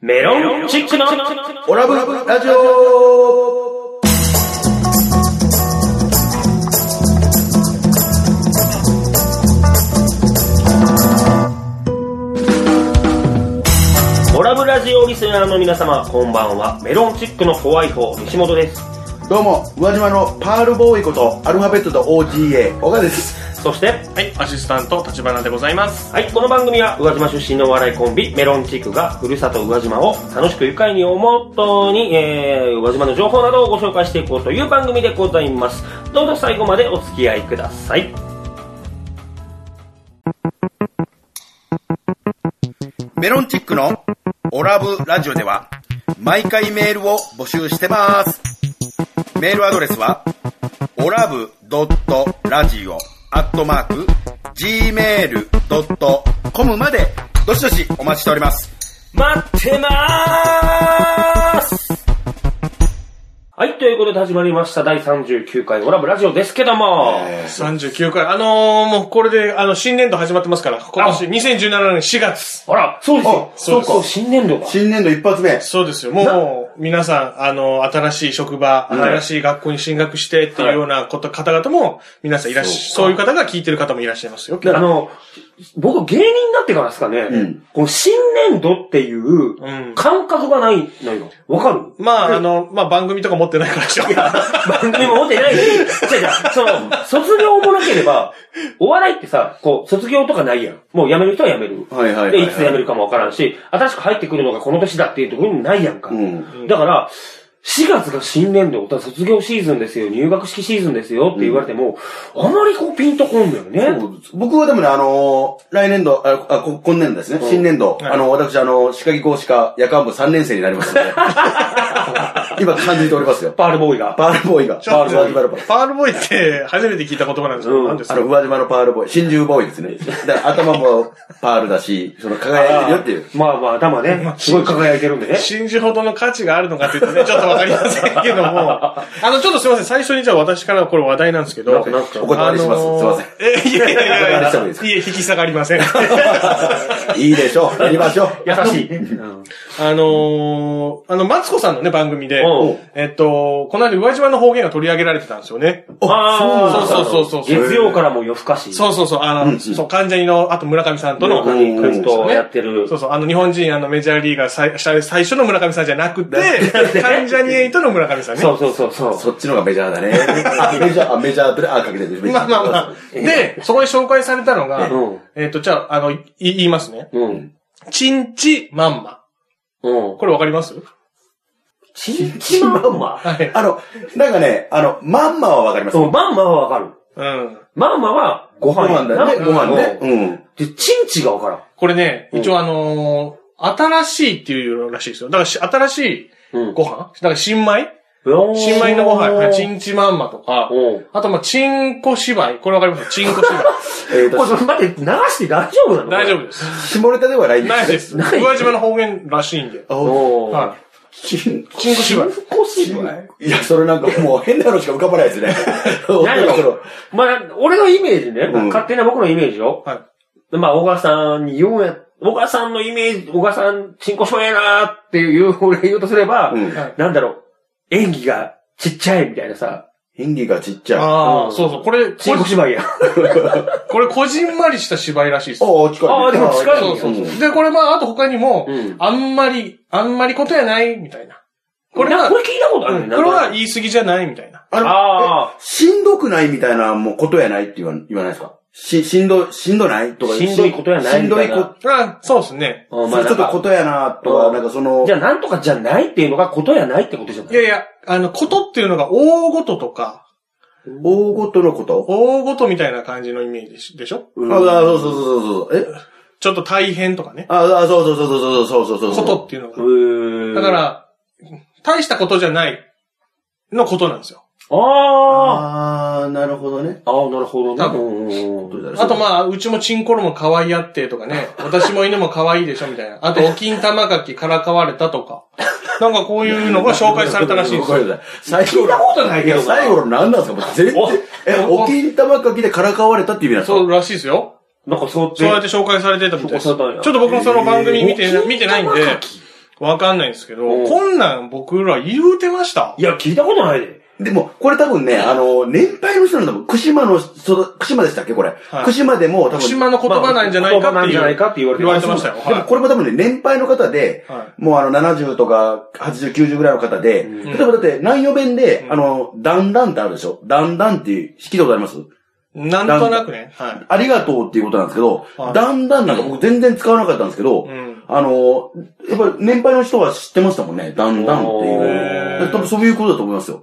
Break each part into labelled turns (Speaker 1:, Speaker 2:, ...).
Speaker 1: メロンチックの
Speaker 2: オラブラジオ
Speaker 1: オラブラジオリスナーの皆様、こんばんは。メロンチックのホワイト、西本です。
Speaker 2: どうも、宇和島のパールボーイこと、アルファベットと OGA、小川です。
Speaker 1: そして、
Speaker 3: はい、アシスタント、立花でございます。
Speaker 1: はい、この番組は宇和島出身のお笑いコンビ、メロンチックが、ふるさと宇和島を楽しく愉快に思うとに、えー、宇和島の情報などをご紹介していこうという番組でございます。どうぞ最後までお付き合いください。
Speaker 2: メロンチックのオラブラジオでは、毎回メールを募集してます。メールアドレスは、オラブドットラジオアットマーク、gmail.com まで、どしどしお待ちしております。
Speaker 1: 待ってまーすはい、ということで始まりました第39回オラブラジオですけども、
Speaker 3: 39回。あのー、もうこれで、あの、新年度始まってますから、今年、2017年4月。
Speaker 1: あら、そうですよ
Speaker 2: あ。
Speaker 3: そう
Speaker 1: そう
Speaker 3: です
Speaker 1: か、新年度が。
Speaker 2: 新年度一発目。
Speaker 3: そうですよ。もう、皆さん、あの、新しい職場、新しい学校に進学してっていうようなこと、方々も、皆さんいらっしゃ
Speaker 1: そう
Speaker 3: そういう方が聞いてる方もいらっしゃいますよ。
Speaker 1: あの、僕芸人になってからですかね、
Speaker 2: ん
Speaker 1: この新年度っていう
Speaker 3: うん
Speaker 1: 感覚がないのよ。わかる
Speaker 3: まあ、あの、まあ、番組とか持ってないからでしょうけど。
Speaker 1: 番組も持ってないし、違う違う、その、卒業もなければ、お笑いってさ、こう、卒業とかないやん。もう辞める人は辞める。
Speaker 2: はいはいはいはい
Speaker 1: で、いつ辞めるかもわからんし、新しく入ってくるのがこの年だっていうところにもないやんか。
Speaker 2: ん
Speaker 1: だから、4月が新年度、卒業シーズンですよ、入学式シーズンですよって言われても、あまりこうピンとこんだよね。
Speaker 2: 僕はでもね、あのー来年度、あ、あこ今年度ですね、新年度、あの、私、あの、歯科技工士科夜間部3年生になります ので、今感じておりますよ。
Speaker 1: パールボーイが。
Speaker 2: パールボーイが、
Speaker 3: ちょ
Speaker 2: パー
Speaker 3: っ
Speaker 2: ル
Speaker 3: と
Speaker 2: ボーイ、パールボーイ。
Speaker 3: パールボーイって、初めて聞いた言葉なんです
Speaker 1: う
Speaker 3: よ。
Speaker 1: ん
Speaker 3: 何です
Speaker 2: あ
Speaker 3: か
Speaker 2: の、宇和島のパールボーイ、真珠ボーイですね。だから頭もパールだし、その輝いてるよっていう。
Speaker 1: まあまあ、頭ね、すごい輝いてるんでね。
Speaker 3: 信じほどの価値があるのかって言ってね、ちょっとわかりませんけども。あの、ちょっとすいません。最初にじゃあ私からこれ話題なんですけ
Speaker 1: なん
Speaker 3: ど
Speaker 1: か。なんか
Speaker 2: お断りします。すいません。
Speaker 3: せん。え、いやいやい
Speaker 2: お断り
Speaker 3: や
Speaker 2: し
Speaker 3: い
Speaker 2: てもいいです
Speaker 3: や。いえ、引き下がりません。
Speaker 2: いいでしょう。やりましょう。
Speaker 1: 優しい。うん
Speaker 3: あのー、あの、マツコさんのね、番組で
Speaker 1: おう、
Speaker 3: えっと、この間、宇和島の方言が取り上げられてたんですよね。
Speaker 1: ああ、
Speaker 3: そうそうそうそう
Speaker 1: 月曜からも夜更かし。
Speaker 3: そうそうそう、あの、そう、関ジャニの、あと村上さんとの、
Speaker 1: 村上くんとやってる
Speaker 3: そうそう、あの、日本人、あの、メジャーリーガー最最最初の村上さんじゃなくて、関ジャニエイトの村上さんね。
Speaker 1: そうそうそうそう。
Speaker 2: そっちの方がメジャーだね。あ、メジャー、あ、メジャーってね、あ、かけてる。
Speaker 3: まあまあまあ。で、そこに紹介されたのが
Speaker 1: うん、
Speaker 3: えっと、じゃあ、あの、い言いますね。
Speaker 1: うん。
Speaker 3: チンチマンマ。
Speaker 1: うん。
Speaker 3: これわかります
Speaker 1: ちんちまんま。
Speaker 3: はい。
Speaker 2: あの、なんかね、あの、まんまはわかります。
Speaker 1: そう、まんまはわかる。
Speaker 3: うん。
Speaker 1: まんまはご
Speaker 2: ご
Speaker 1: 飯や
Speaker 2: 飯
Speaker 1: ん
Speaker 2: だ
Speaker 1: な
Speaker 2: よね、ご飯ね。
Speaker 1: う
Speaker 2: うんん。
Speaker 1: で、ちんちがわからん。
Speaker 3: これね、一応あのー新しいっていうらしいですよ。だからし、新しい
Speaker 1: うん
Speaker 3: ご飯だから、新米新
Speaker 1: 新
Speaker 3: 米のご飯、チンチマンマとか
Speaker 1: うん、
Speaker 3: あと、まあ、チンコ芝居。これわかりますチンコ 芝居。
Speaker 2: えっ、
Speaker 1: ことれ、待って、流して大丈夫なの
Speaker 3: 大丈夫です。
Speaker 2: 下ネタではないんですね
Speaker 3: ないです。宇
Speaker 1: ない
Speaker 3: 和島の方言らしいんで。
Speaker 2: あ
Speaker 1: おー。
Speaker 3: は
Speaker 2: チン
Speaker 3: い。チンコ芝居。
Speaker 1: こしない
Speaker 2: や、それなんかもう変なのしか浮かばないですね。
Speaker 1: 何
Speaker 2: そろ
Speaker 1: まあ、俺のイメージね。
Speaker 2: うん
Speaker 1: 勝手な僕のイメージよ。
Speaker 3: はい。
Speaker 1: まあ、小川さんに言うんや、小川さんのイメージ、小川さん、チンコしょやなーっていう、俺が言うとすれば、
Speaker 2: うん
Speaker 3: はい
Speaker 1: なんだろう、演技がちっちゃいみたいなさ、
Speaker 2: 演技がちっちゃい。あ
Speaker 1: う
Speaker 3: ああ、
Speaker 1: ん
Speaker 3: そうそう。これ、こ
Speaker 1: チンコ芝居や。
Speaker 3: これ、こじんまりした芝居らしいです。
Speaker 2: あ、近い。
Speaker 1: あーでも近い
Speaker 3: そうそう
Speaker 2: う
Speaker 3: そ
Speaker 2: ん
Speaker 3: う。で、これまあ、あと他にも
Speaker 1: うん、
Speaker 3: あんまり、あんまりことやない、みたいな。こ
Speaker 1: こ
Speaker 3: れ
Speaker 1: れ
Speaker 3: は、
Speaker 1: これ聞いたことある
Speaker 3: う
Speaker 1: ね。
Speaker 3: んこれ
Speaker 1: な
Speaker 3: は
Speaker 1: んか
Speaker 3: 言い過ぎじゃない、みたいな。
Speaker 2: あの
Speaker 1: あー
Speaker 2: えしんどくないみたいなもうことやないって言わ言わないですかし、しんど、しんどないとか。
Speaker 1: しんどいことやない
Speaker 2: しん
Speaker 1: み
Speaker 2: ど
Speaker 1: たい
Speaker 2: い
Speaker 1: な
Speaker 2: こ
Speaker 3: あそうですね。
Speaker 1: うんまあ
Speaker 2: と。ちょっとことやなとか、
Speaker 1: うん
Speaker 2: なんかその
Speaker 1: じ、ゃあ、なんとかじゃないっていうのがことやないってことじゃない
Speaker 3: いやいや、あの、ことっていうのが大ごととか、
Speaker 2: 大ごとのこと
Speaker 3: 大ごとみたいな感じのイメージでしょ
Speaker 2: あ、あそうそうそうそうそう。え
Speaker 3: ちょっと大変とかね。
Speaker 2: あ、あ、そうそうそうそうそうそうそう
Speaker 3: こ
Speaker 2: そう。
Speaker 3: とっていうの
Speaker 1: う
Speaker 3: が。
Speaker 1: ーん
Speaker 3: だか、ら、大したことじゃないのことなんですよ。
Speaker 1: あー。
Speaker 2: ああ、なるほどね。
Speaker 1: あー、なるほどね。
Speaker 3: 多分
Speaker 1: うんうんうん
Speaker 3: あとまあ、うちもチンコロも可愛いやってとかね、私も犬も可愛いでしょみたいな。あと、お金玉かきからかわれたとか。なんかこういうのが紹介されたらしいんですよ。
Speaker 2: 最後
Speaker 1: 聞いたことないけどな
Speaker 2: 最後の何なんですかもう全然
Speaker 1: お。
Speaker 2: え、
Speaker 3: お
Speaker 2: お金玉かきでからかわれたっていう意味なんですか
Speaker 3: そうらしいですよ。
Speaker 1: なんかそうやって
Speaker 3: そうやって紹介されてたみたいです。ち
Speaker 1: そう
Speaker 3: ょ
Speaker 1: そう
Speaker 3: っと僕もその番組見て、見てないんで、わかんないんですけど、
Speaker 1: うん
Speaker 3: こんなん僕ら言うてました
Speaker 1: いや、聞いたことないで。
Speaker 2: でも、これ多分ね、あの、年配の人なんだもん。串間の、その、串間でしたっけこれ。
Speaker 3: はい
Speaker 2: 串間でも多分。
Speaker 3: 福島の言葉なんじゃないか
Speaker 1: まあ言葉
Speaker 3: って
Speaker 1: なんじ
Speaker 3: い。
Speaker 1: ゃないうかって言われて
Speaker 3: 言われてましたよ。
Speaker 2: でも
Speaker 3: は
Speaker 2: これも多分ね、年配の方で、
Speaker 3: い。はい
Speaker 2: もうあの、70とか80、90ぐらいの方で、
Speaker 1: うん
Speaker 2: 例えばだって、南予弁で
Speaker 3: う、ん
Speaker 2: あの、だんだんってあるでしょだんだんっていう、聞いたことあります
Speaker 3: なんとなくね。は
Speaker 2: ありがとうっていうことなんですけど
Speaker 3: は、い
Speaker 2: だんだんなんか僕全然使わなかったんですけど
Speaker 3: い。う、ん。
Speaker 2: あの、やっぱり年配の人は知ってましたもんね。だんだんって
Speaker 1: お
Speaker 2: い
Speaker 3: ー
Speaker 2: う。多分そういうことだと思いますよ。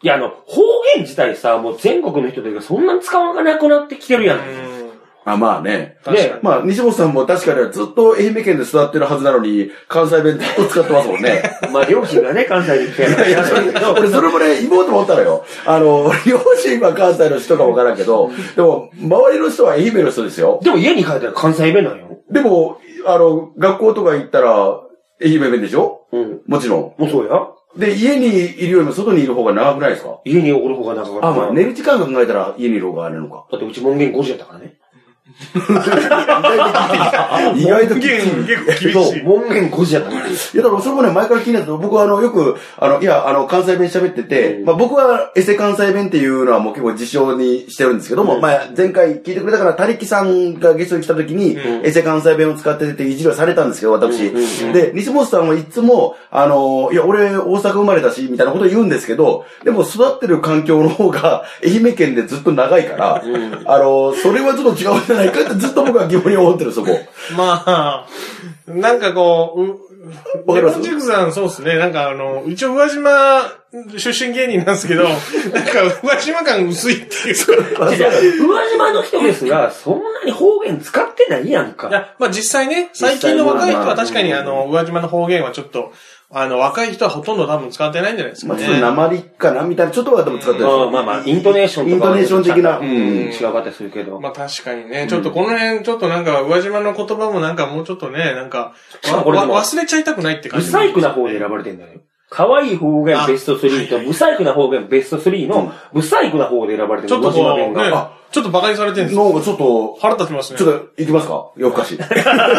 Speaker 1: いや、あの、方言自体さ、もう全国の人というか、そんなに使わなくなってきてるやん。
Speaker 3: うん
Speaker 2: あ、まあね。
Speaker 3: 確かに。
Speaker 2: まあ、西本さんも確かにずっと愛媛県で育ってるはずなのに、関西弁ずっと使ってますもんね。
Speaker 1: まあ、両親がね、関西に来てるから知らないけど、
Speaker 2: 俺、それもね、言おうと思ったのよ。あの、両親は関西の人かわからんけど、でも、周りの人は愛媛の人ですよ。
Speaker 1: でも家に帰ったら関西弁なんよ。
Speaker 2: でも、あの、学校とか行ったら、愛媛弁でしょ
Speaker 1: うん。
Speaker 2: もちろ
Speaker 1: もうそうや。
Speaker 2: ん。で、家にいるよりも外にいる方が長くないですか
Speaker 1: 家におる方が長かった。
Speaker 2: あ、まあ、寝る時間考えたら家にいる方があれなのか。
Speaker 1: だってうち門限5時やったからね。
Speaker 2: 意外ときつい
Speaker 3: 結構厳
Speaker 1: そ
Speaker 3: し
Speaker 1: う、
Speaker 3: い。
Speaker 1: 門限5時やったからね。
Speaker 2: いや、だからそれもね、前から気になってた、僕はあの、よく、あの、いや、あの、関西弁喋ってて、
Speaker 1: うん
Speaker 2: まあ僕はエセ関西弁っていうのはもう結構自称にしてるんですけども、
Speaker 1: うん
Speaker 2: まあ前回聞いてくれたから、他力さんがゲストに来た時に、
Speaker 3: う
Speaker 2: エセ関西弁を使っててっていじりはされたんですけど、私。
Speaker 1: うんうんうん
Speaker 2: で、西本さんはいつも、あの、いや、俺大阪生まれだし、みたいなことを言うんですけど、でも育ってる環境の方が、愛媛県でずっと長いから、あの、それはちょっと違うんじゃないかってずっと僕は疑問に思ってる、そこ。
Speaker 3: まあ、なんかこう、う
Speaker 2: わか
Speaker 3: レ
Speaker 2: ります
Speaker 3: モンチックさん、そうですね。なんかあの、一応宇和島出身芸人なんですけど、なんか宇和島感薄いっていうか。
Speaker 1: いや宇和島の人ですが、そんなに方言使ってないやん
Speaker 3: い
Speaker 1: か。
Speaker 3: や、まあ実際ね、最近の若い人は確かにあの、宇和島の方言はちょっと、あの、若い人はほとんど多分使ってないんじゃないです
Speaker 2: ま
Speaker 3: か
Speaker 2: あ、ちょっと
Speaker 3: ね。
Speaker 2: 鉛かなみたいな、ちょっとはでも使ってるでし
Speaker 1: ま
Speaker 2: ょ
Speaker 1: あまあまあ、イントネーションとか。
Speaker 2: イントネーション的な。
Speaker 1: う、
Speaker 2: うんん。
Speaker 1: 違うかったりするけど。
Speaker 3: まあ確かにね、ちょっとこの辺、ちょっとなんか、宇和島の言葉もなんかもうちょっとね、なんか、
Speaker 1: しか
Speaker 3: わ
Speaker 1: もこれでも
Speaker 3: わ忘れちゃいたくないって
Speaker 1: ブ
Speaker 3: 感じ。
Speaker 1: サイクな方で選ばれてんだよ。可愛い方言ベスト3と、ブサイクな方言ベスト3の、ブサイクな方で選ばれて
Speaker 3: ち
Speaker 1: る
Speaker 3: ょ
Speaker 1: 宇
Speaker 3: っと
Speaker 1: 和島
Speaker 3: こう、
Speaker 1: 弁
Speaker 3: ね
Speaker 1: が。、
Speaker 3: ちょっと馬鹿にされてるんですよ。
Speaker 2: なんかちょっと、
Speaker 3: 腹立ちますね。
Speaker 2: ちょっと、行きますか 夜更かし。ちょ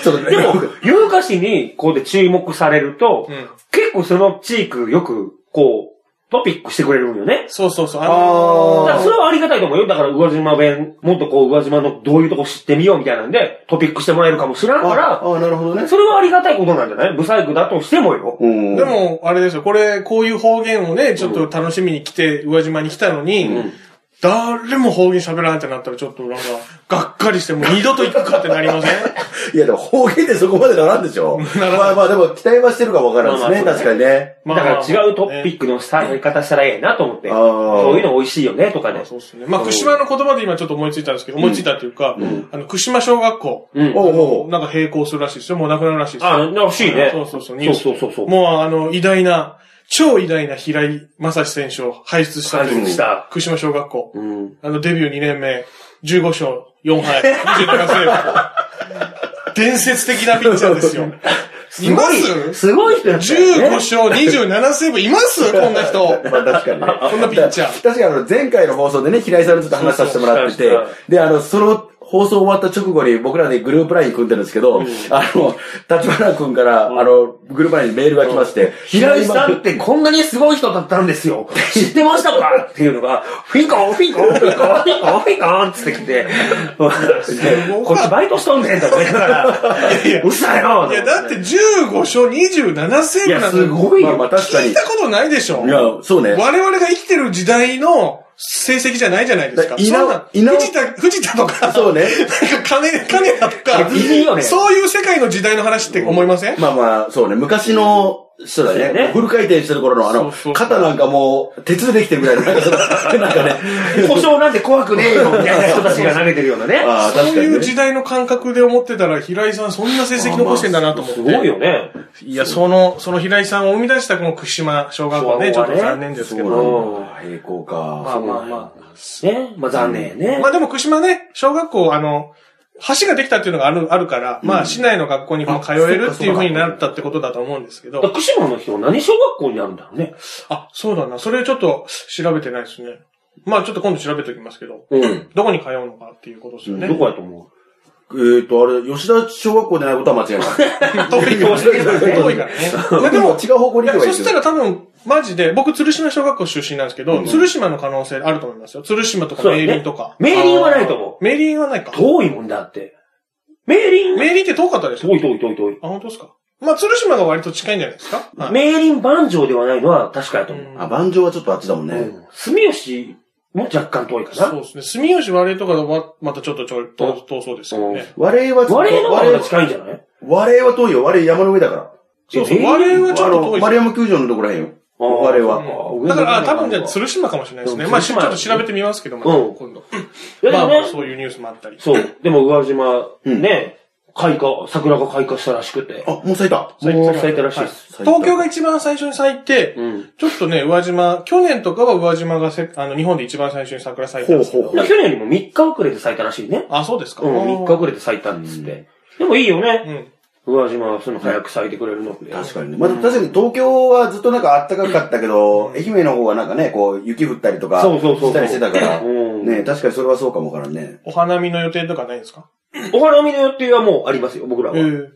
Speaker 2: っとね
Speaker 1: でも、有歌詞に、こうで注目されると、
Speaker 3: うん
Speaker 1: 結構そのチークよく、こう、トピックしてくれるんよね。
Speaker 3: そうそうそう。あ
Speaker 1: だ
Speaker 3: の
Speaker 1: か
Speaker 3: ー
Speaker 1: らそれはありがたいと思うよ。だから、宇和島弁、もっとこう、宇和島のどういうとこ知ってみようみたいなんで、トピックしてもらえるかもしらんか
Speaker 2: あ
Speaker 1: ら、
Speaker 2: あ、なるほどね。
Speaker 1: それはありがたいことなんじゃないブサイクだとしてもよ。
Speaker 2: うん。
Speaker 3: で、も、あれですよ、これ、こういう方言をね、ちょっと楽しみに来て、宇和島に来たのに、誰も方言喋らないってなったら、ちょっとなんか、がっかりして、もう二度と行くかってなりません
Speaker 2: いや、でも方言でそこまでならんでしょ。まあまあ、でも期待はしてるかわからんですね。
Speaker 1: まあまあ
Speaker 2: 確かにね。
Speaker 1: だから違うトピ
Speaker 3: ね
Speaker 1: ックのさ、やり方したらええなと思って。
Speaker 2: あー
Speaker 1: そういうの美味しいよね、とかね。
Speaker 3: そうですね。まあ、串間の言葉で今ちょっと思いついたんですけど、思いついたっていうか、あの、串間小学校、
Speaker 1: うん。
Speaker 2: おうおう
Speaker 3: なんか並行するらしいですよ。もうなくなるらしいですよ。
Speaker 1: あ、らしいね。
Speaker 3: そうそうそうニュ
Speaker 1: そ
Speaker 3: ー
Speaker 1: う
Speaker 3: ス
Speaker 1: そうそうそう。
Speaker 3: もうあの、偉大な、超偉大な平井正史選手を輩出したという
Speaker 1: 感じした。
Speaker 3: 串間小学校。
Speaker 1: うん。
Speaker 3: あの、デビュー2年目、15勝4敗、27セーブ。伝説的なピッチャーですよ。います
Speaker 1: すごい人やったよ
Speaker 3: ?15
Speaker 1: ね。
Speaker 3: 勝27セーブいますこんな人。
Speaker 2: まあ確かにね。
Speaker 3: こんなピッチャー。
Speaker 2: 確かにあの、前回の放送でね、平井さんにちょっと話させてもらってて
Speaker 1: そうそう、
Speaker 2: で、あの、その放送終わった直後に僕らでグループライン組んでるんですけど、あの、立花君から、あの、グループラインにメールが来まして、
Speaker 1: 平井さんってこんなにすごい人だったんです よ。知ってましたかっていうのが、フィンコン、フィンコン、フィンコン、フィンコン、フィンコンっつってきて、こっちバイトしとんねんと思いながら、うっさいよ
Speaker 3: いや、だって15勝27セ
Speaker 1: い
Speaker 3: ーブ
Speaker 1: や、
Speaker 3: なんて
Speaker 1: すごい
Speaker 2: まあまあ
Speaker 1: よ。
Speaker 2: 確か
Speaker 3: 聞
Speaker 2: に。
Speaker 3: いたことないでしょ
Speaker 2: いや、そうね。
Speaker 3: 我々が生きてる時代の成績じゃないじゃないですか。
Speaker 2: だ稲尾
Speaker 3: そんな
Speaker 2: 稲尾
Speaker 3: 藤田、藤田とか、
Speaker 2: そうね
Speaker 3: なんか金、金田とか、
Speaker 1: いいよね
Speaker 3: そういう世界の時代の話って思いません、
Speaker 2: まあまあ、そうね、昔の人だ
Speaker 1: そうね
Speaker 2: ね。フル回転してる頃の、あ
Speaker 3: そ
Speaker 2: の
Speaker 3: うそ、う
Speaker 2: 肩なんかもう、鉄でできてるぐらいの、なんかそのなんかね。
Speaker 1: 故障なんて怖くねえよ、みたいな人たちが投げてるようなね。
Speaker 2: ああ、
Speaker 3: そう
Speaker 2: 確か
Speaker 3: い
Speaker 2: に
Speaker 3: う
Speaker 2: ね。
Speaker 3: 時代の感覚で思ってたら、平井さんそんな成績残してんだなと思っ
Speaker 1: す
Speaker 3: て。
Speaker 1: ごいよね。
Speaker 3: いや、その、その平井さんを生み出したこの串間小学校ね、ち
Speaker 1: そ
Speaker 3: ょ
Speaker 1: う
Speaker 3: っ
Speaker 1: ね
Speaker 3: と残念ですけど。
Speaker 2: そうなんだ。平行
Speaker 3: まあ
Speaker 2: か。
Speaker 3: まあま
Speaker 1: ね。まあ残念や
Speaker 3: あ。
Speaker 1: ね
Speaker 3: ま。あでも串間ね、小学校、あの、橋ができたっていうのがある、あるから、まあ市内の学校にも通えるっていう風になったってことだと思うんですけど。
Speaker 1: 福島の人は何小学校にあるんだろうね。
Speaker 3: あ、そうだな。それちょっと調べてないですね。まあちょっと今度調べておきますけど、
Speaker 1: うん。
Speaker 3: どこに通うのかっていうことですよね。
Speaker 1: どこやと思う
Speaker 2: えー、と、あれ、吉田小学校でないことは間違いない。
Speaker 3: 遠いからね。遠いからね。
Speaker 2: まあでも違う方向
Speaker 3: い
Speaker 2: に行
Speaker 3: や
Speaker 2: けばいい
Speaker 3: そ
Speaker 2: です
Speaker 3: した
Speaker 2: よ。
Speaker 3: ら多分、マジで、僕、鶴島小学校出身なんですけど、鶴島の可能性あると思いますよ。鶴島とか
Speaker 1: そうだね
Speaker 3: 明林とか。
Speaker 1: 明林はないと思
Speaker 3: 明林はないか。
Speaker 1: う。遠いもんだって。明林
Speaker 3: 明林って遠かったでしょ
Speaker 1: 遠い遠い遠い遠い。
Speaker 3: あ、本当ですかまあ、鶴島が割と近いんじゃないですかはい
Speaker 1: 明林万丈ではないのは確かやと思う。
Speaker 2: あ、盤上はちょっとあっちだもんね。
Speaker 1: うん住吉も若干遠いか
Speaker 3: そう
Speaker 1: な。
Speaker 3: ですね。住吉割れとかは、またちょっとちょい、遠遠そうですよね。
Speaker 2: 我々はちょっと
Speaker 1: 我々の方
Speaker 2: 我
Speaker 1: が
Speaker 2: 々
Speaker 1: 近いんじゃない
Speaker 2: 我々は遠いよ。我々山の上だから。
Speaker 3: そうそう。
Speaker 1: え
Speaker 3: 割れはちょっ
Speaker 2: あ
Speaker 3: と
Speaker 2: の
Speaker 3: 遠い、
Speaker 2: 丸
Speaker 3: で
Speaker 2: 山球場のところへんよ。
Speaker 1: あー
Speaker 2: 我々
Speaker 1: あ
Speaker 2: は。
Speaker 1: ー
Speaker 3: す。だから、あ多分じゃあ鶴島かもしれないですね。
Speaker 1: うん
Speaker 3: まあ、ちょ
Speaker 1: 鶴
Speaker 3: っ
Speaker 1: 島
Speaker 3: と調べてみますけど、また
Speaker 1: うん
Speaker 3: 今度。
Speaker 1: いやで
Speaker 3: まあ
Speaker 1: も
Speaker 3: まあ、
Speaker 1: ね、
Speaker 3: そういうニュースもあったり。
Speaker 1: そう。でも、宇和島、
Speaker 2: うん
Speaker 1: ね、開花、桜が開花したらしくて。
Speaker 2: あ、もう咲いた。
Speaker 1: もう咲いたらしいです。
Speaker 2: 咲いた
Speaker 3: 東京が一番最初に咲いて、
Speaker 1: うん。
Speaker 3: ちょっとね、宇和島、去年とかは宇和島がせあの日本で一番最初に桜咲いたんですけど。
Speaker 2: ほうほう
Speaker 1: 去年よりも3日遅れて咲いたらしいね。
Speaker 3: あ、そうですか。
Speaker 1: うん、3日遅れて咲いたんですって。でもいいよね。
Speaker 3: うん。
Speaker 1: 宇和島はその早く咲いてくれるのって。
Speaker 2: 確かにね。まあ、確かに東京はずっとなんか暖かかったけど、愛媛の方はなんかね、こう、雪降ったりとか、
Speaker 1: そうそうそうそう
Speaker 2: したりしてたから、
Speaker 1: うん
Speaker 2: ね、確かにそれはそうかもわからんね。
Speaker 3: お花見の予定とかないんですか
Speaker 1: お花見の予定はもうありますよ、僕らは。
Speaker 3: ええ。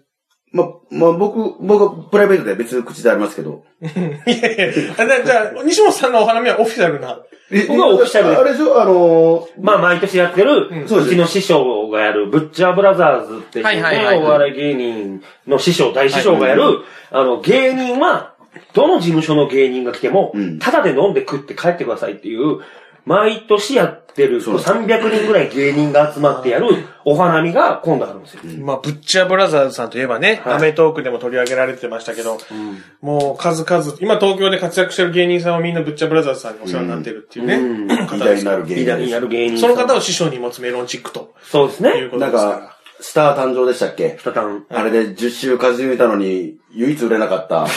Speaker 2: まあ、まあ、僕、僕はプライベートでは別の口でありますけど。
Speaker 3: いやいやあな、じゃあ、西本さんのお花見はオフィシャルな。
Speaker 1: 僕はオフィシャルで
Speaker 2: ああれでしょあのー、
Speaker 1: まあ、毎年やってる、
Speaker 3: うん
Speaker 1: う
Speaker 2: そうです
Speaker 1: ちの師匠がやる、ブッチャーブラザーズっていう
Speaker 3: はい
Speaker 1: ね、
Speaker 3: はいはいはい
Speaker 1: お笑い芸人の師匠、大師匠がやる、あの、芸人は、どの事務所の芸人が来ても、
Speaker 2: うん
Speaker 1: ただで飲んで食って帰ってくださいっていう、毎年やってる、
Speaker 2: そう
Speaker 1: 300人ぐらい芸人が集まってやる、お花見が今度あるんですよ。
Speaker 3: まあ、ブッチャーブラザーズさんといえばね、
Speaker 1: はい
Speaker 3: アメトークでも取り上げられてましたけど、もう数々、今東京で活躍してる芸人さんはみんなブッチャーブラザーズさんにお世話になってるっていうね、
Speaker 1: うん
Speaker 2: 偉
Speaker 3: 方で
Speaker 2: 大
Speaker 3: す
Speaker 2: なる芸
Speaker 1: リーダーに
Speaker 2: 人
Speaker 1: やる芸人。
Speaker 3: その方を師匠に持つメロンチックと
Speaker 1: そうです
Speaker 3: い
Speaker 1: ね。
Speaker 3: うこと
Speaker 2: な
Speaker 3: で
Speaker 2: ん
Speaker 3: すから
Speaker 2: か。、スター誕生でしたっけ
Speaker 1: タタン。
Speaker 2: あれで10周勝ち抜いたのに、唯一売れなかった。あ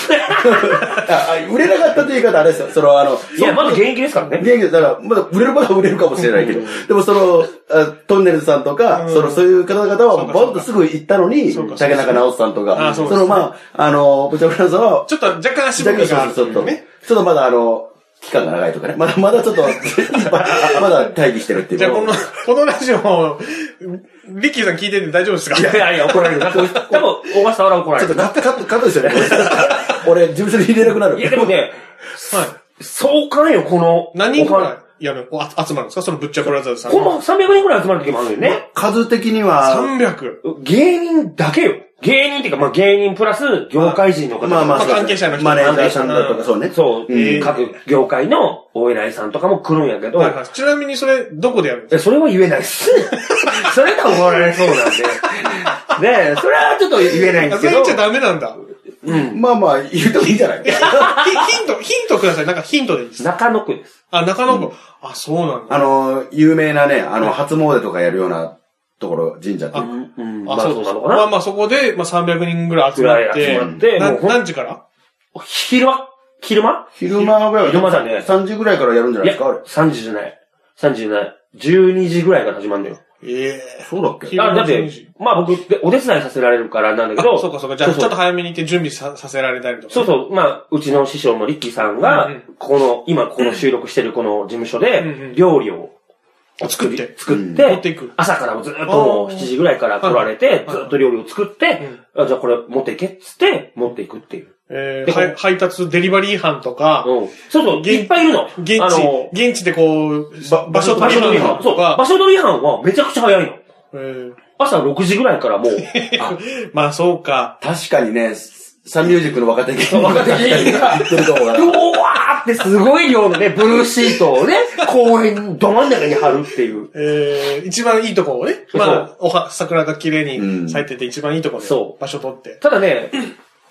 Speaker 2: あ売れなかったという言い方あれですよ。その、あの、
Speaker 1: いや、まだ現役ですからね。
Speaker 2: 元気だから、まだ売れる場は売れるかもしれないけど、でもその、あトンネルズさんとか、その、そういう方々は、ボンとすぐ行ったのに、
Speaker 3: そうか
Speaker 2: 竹中直人さんとか、
Speaker 3: あそう
Speaker 2: そ
Speaker 3: です
Speaker 2: の、まあ、あの、ブチャブラさんは、
Speaker 3: ちょっと若干足
Speaker 2: だ
Speaker 3: 踏
Speaker 2: けど
Speaker 3: みがある
Speaker 2: ちょっ
Speaker 3: とい
Speaker 2: と、
Speaker 3: うね。
Speaker 2: ちょっとまだあの、期間が長いとかね、まだまだちょっと、 まだ待機してるっていう。
Speaker 3: じゃあ、この、このラジオを、ビッキーさん聞いてて大丈夫ですか
Speaker 1: いやいやいや、怒ら れる。多分、多分大橋さんは怒ら
Speaker 2: ち
Speaker 1: れ
Speaker 2: ょっと
Speaker 1: る。
Speaker 2: カット、カット、カットですよね。俺、事務所に入れなくなる。
Speaker 1: いや、でもね、
Speaker 3: はい。
Speaker 1: そうかんよ、この。
Speaker 3: 何人ぐ
Speaker 1: お花
Speaker 3: らいやる、おあ集まるんですかそのブッチャーブラザーズさん
Speaker 1: こ
Speaker 3: の。
Speaker 1: の300人ぐらい集まる時もあるよね。
Speaker 2: 数的には、
Speaker 3: 300。
Speaker 1: 芸人だけよ。芸人っていうか、まあ芸人プラス業界人の方。
Speaker 2: まあまあ、
Speaker 3: まあ関係者の人
Speaker 2: マネージャーさんだとか、そうね。
Speaker 1: そう、
Speaker 2: うん
Speaker 1: 各業界のお偉いさんとかも来るんやけど、
Speaker 3: はいはい。ちなみにそれ、どこでやるんです
Speaker 1: えそれは言えないっす。 それが怒られそうなんで。ねえそれはちょっと言えないんで
Speaker 3: か
Speaker 1: すけ
Speaker 3: それ
Speaker 1: ど
Speaker 3: 言っちゃ、ダメなんだ。
Speaker 2: まあまあ、言うてもいいんじゃない
Speaker 3: ヒ ヒント、ヒントください。なんかヒントでいいです。
Speaker 1: 中野区です。
Speaker 3: あ、中野区。あ、そうなん
Speaker 2: あ
Speaker 3: だ。
Speaker 2: の、有名なね、あの、初詣とかやるようなところ、神社って。
Speaker 1: うん、
Speaker 3: あ、そうで
Speaker 1: な
Speaker 3: すか。
Speaker 1: のかな
Speaker 3: まあまあそこで、まあ300人ぐらい集まっ
Speaker 1: ぐらい
Speaker 3: て
Speaker 1: 集まって、
Speaker 3: な
Speaker 1: もうほん
Speaker 3: 何時から
Speaker 1: 昼は昼間
Speaker 2: 昼間ぐらいは
Speaker 1: 昼間だね
Speaker 2: 3時ぐらいからやるんじゃな
Speaker 1: いや、
Speaker 2: いですかあれ。
Speaker 1: 3時じゃない。3時じゃない。12時ぐらいから始まるのよ。
Speaker 3: ええ。
Speaker 2: そうだっけ
Speaker 3: 昼の
Speaker 1: あ、だっ
Speaker 3: 12時
Speaker 1: て、まあ僕、でお手伝いさせられるからなんだけど、
Speaker 3: そうかそうか。じゃあちょっと早めに行って準備ささせられたりとか。
Speaker 1: そうそう、まあ、うちの師匠のリッキーさん
Speaker 3: うんう
Speaker 1: が
Speaker 3: ん、
Speaker 1: この、今この収録してるこの事務所
Speaker 3: うんう
Speaker 1: で
Speaker 3: ん、
Speaker 1: 料理を
Speaker 3: 作って。
Speaker 1: 作っ
Speaker 3: 持ってい
Speaker 1: て
Speaker 3: く、
Speaker 1: 朝からもずっともう
Speaker 3: あー
Speaker 1: 7時ぐらいから来られて、
Speaker 3: はい
Speaker 1: ずっと料理を作って、あじゃあこれ持っていけっつって、持っていくっていう。
Speaker 3: え
Speaker 1: で
Speaker 3: ーはい配達、デリバリー違反とか、
Speaker 1: うんそうそう、
Speaker 3: 現
Speaker 1: いっぱいいるの。
Speaker 3: 現
Speaker 1: あの
Speaker 3: 地、現地でこう、
Speaker 2: ば
Speaker 3: 場所
Speaker 1: 場所取り違反。そう、場所取り違反はめちゃくちゃ早いの。
Speaker 3: えー
Speaker 1: 朝6時ぐらいから もう、あ
Speaker 3: まあそうか。
Speaker 2: 確かにね、サンミュージックの若手芸人
Speaker 1: 若手芸人が
Speaker 2: 言ってるかもわからん
Speaker 1: うわーってすごい量のね、ブルーシートをね、公園にど真ん中に貼るっていう。
Speaker 3: えー、一番いいとこをね、まあ、おは、桜が綺麗
Speaker 2: うん
Speaker 3: に咲いてて一番いいとこで
Speaker 1: そう
Speaker 3: 場所取って。
Speaker 1: ただね、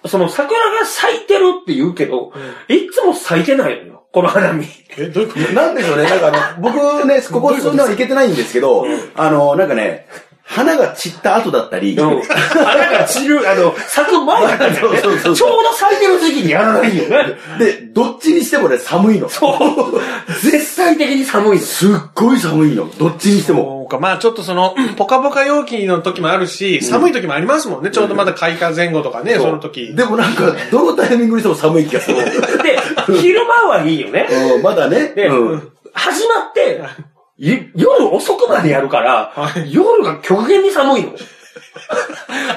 Speaker 1: その桜が咲いてるって言うけど、いつも咲いてないのよ、この花見。
Speaker 3: え、どういうこと
Speaker 2: なんでしょうね、なんかあの、僕ね、ここ数年は行けてないんですけど、あの、なんかね、花が散った後だったり、
Speaker 1: うん。花が散る、 あの、咲く前だからね、ちょ
Speaker 2: そうそうそう
Speaker 1: うど咲いてる時期にやらないよね。
Speaker 2: で、どっちにしてもね、寒いの。
Speaker 1: そう。 絶対的に寒いの。
Speaker 2: すっごい寒いの。どっちにしても。
Speaker 3: そうか。まあちょっとその、 うんポカポカ陽気の時もあるし、寒い時もありますもんね。ちょうどまだ開花前後とかね、その時。
Speaker 2: でもなんか、どのタイミングにしても寒い気がする。
Speaker 1: で、昼間はいいよね。
Speaker 2: うん、まだね。
Speaker 1: で、
Speaker 2: うん。
Speaker 1: 始 まって、い夜遅くまでやるから、夜が極限に寒いの。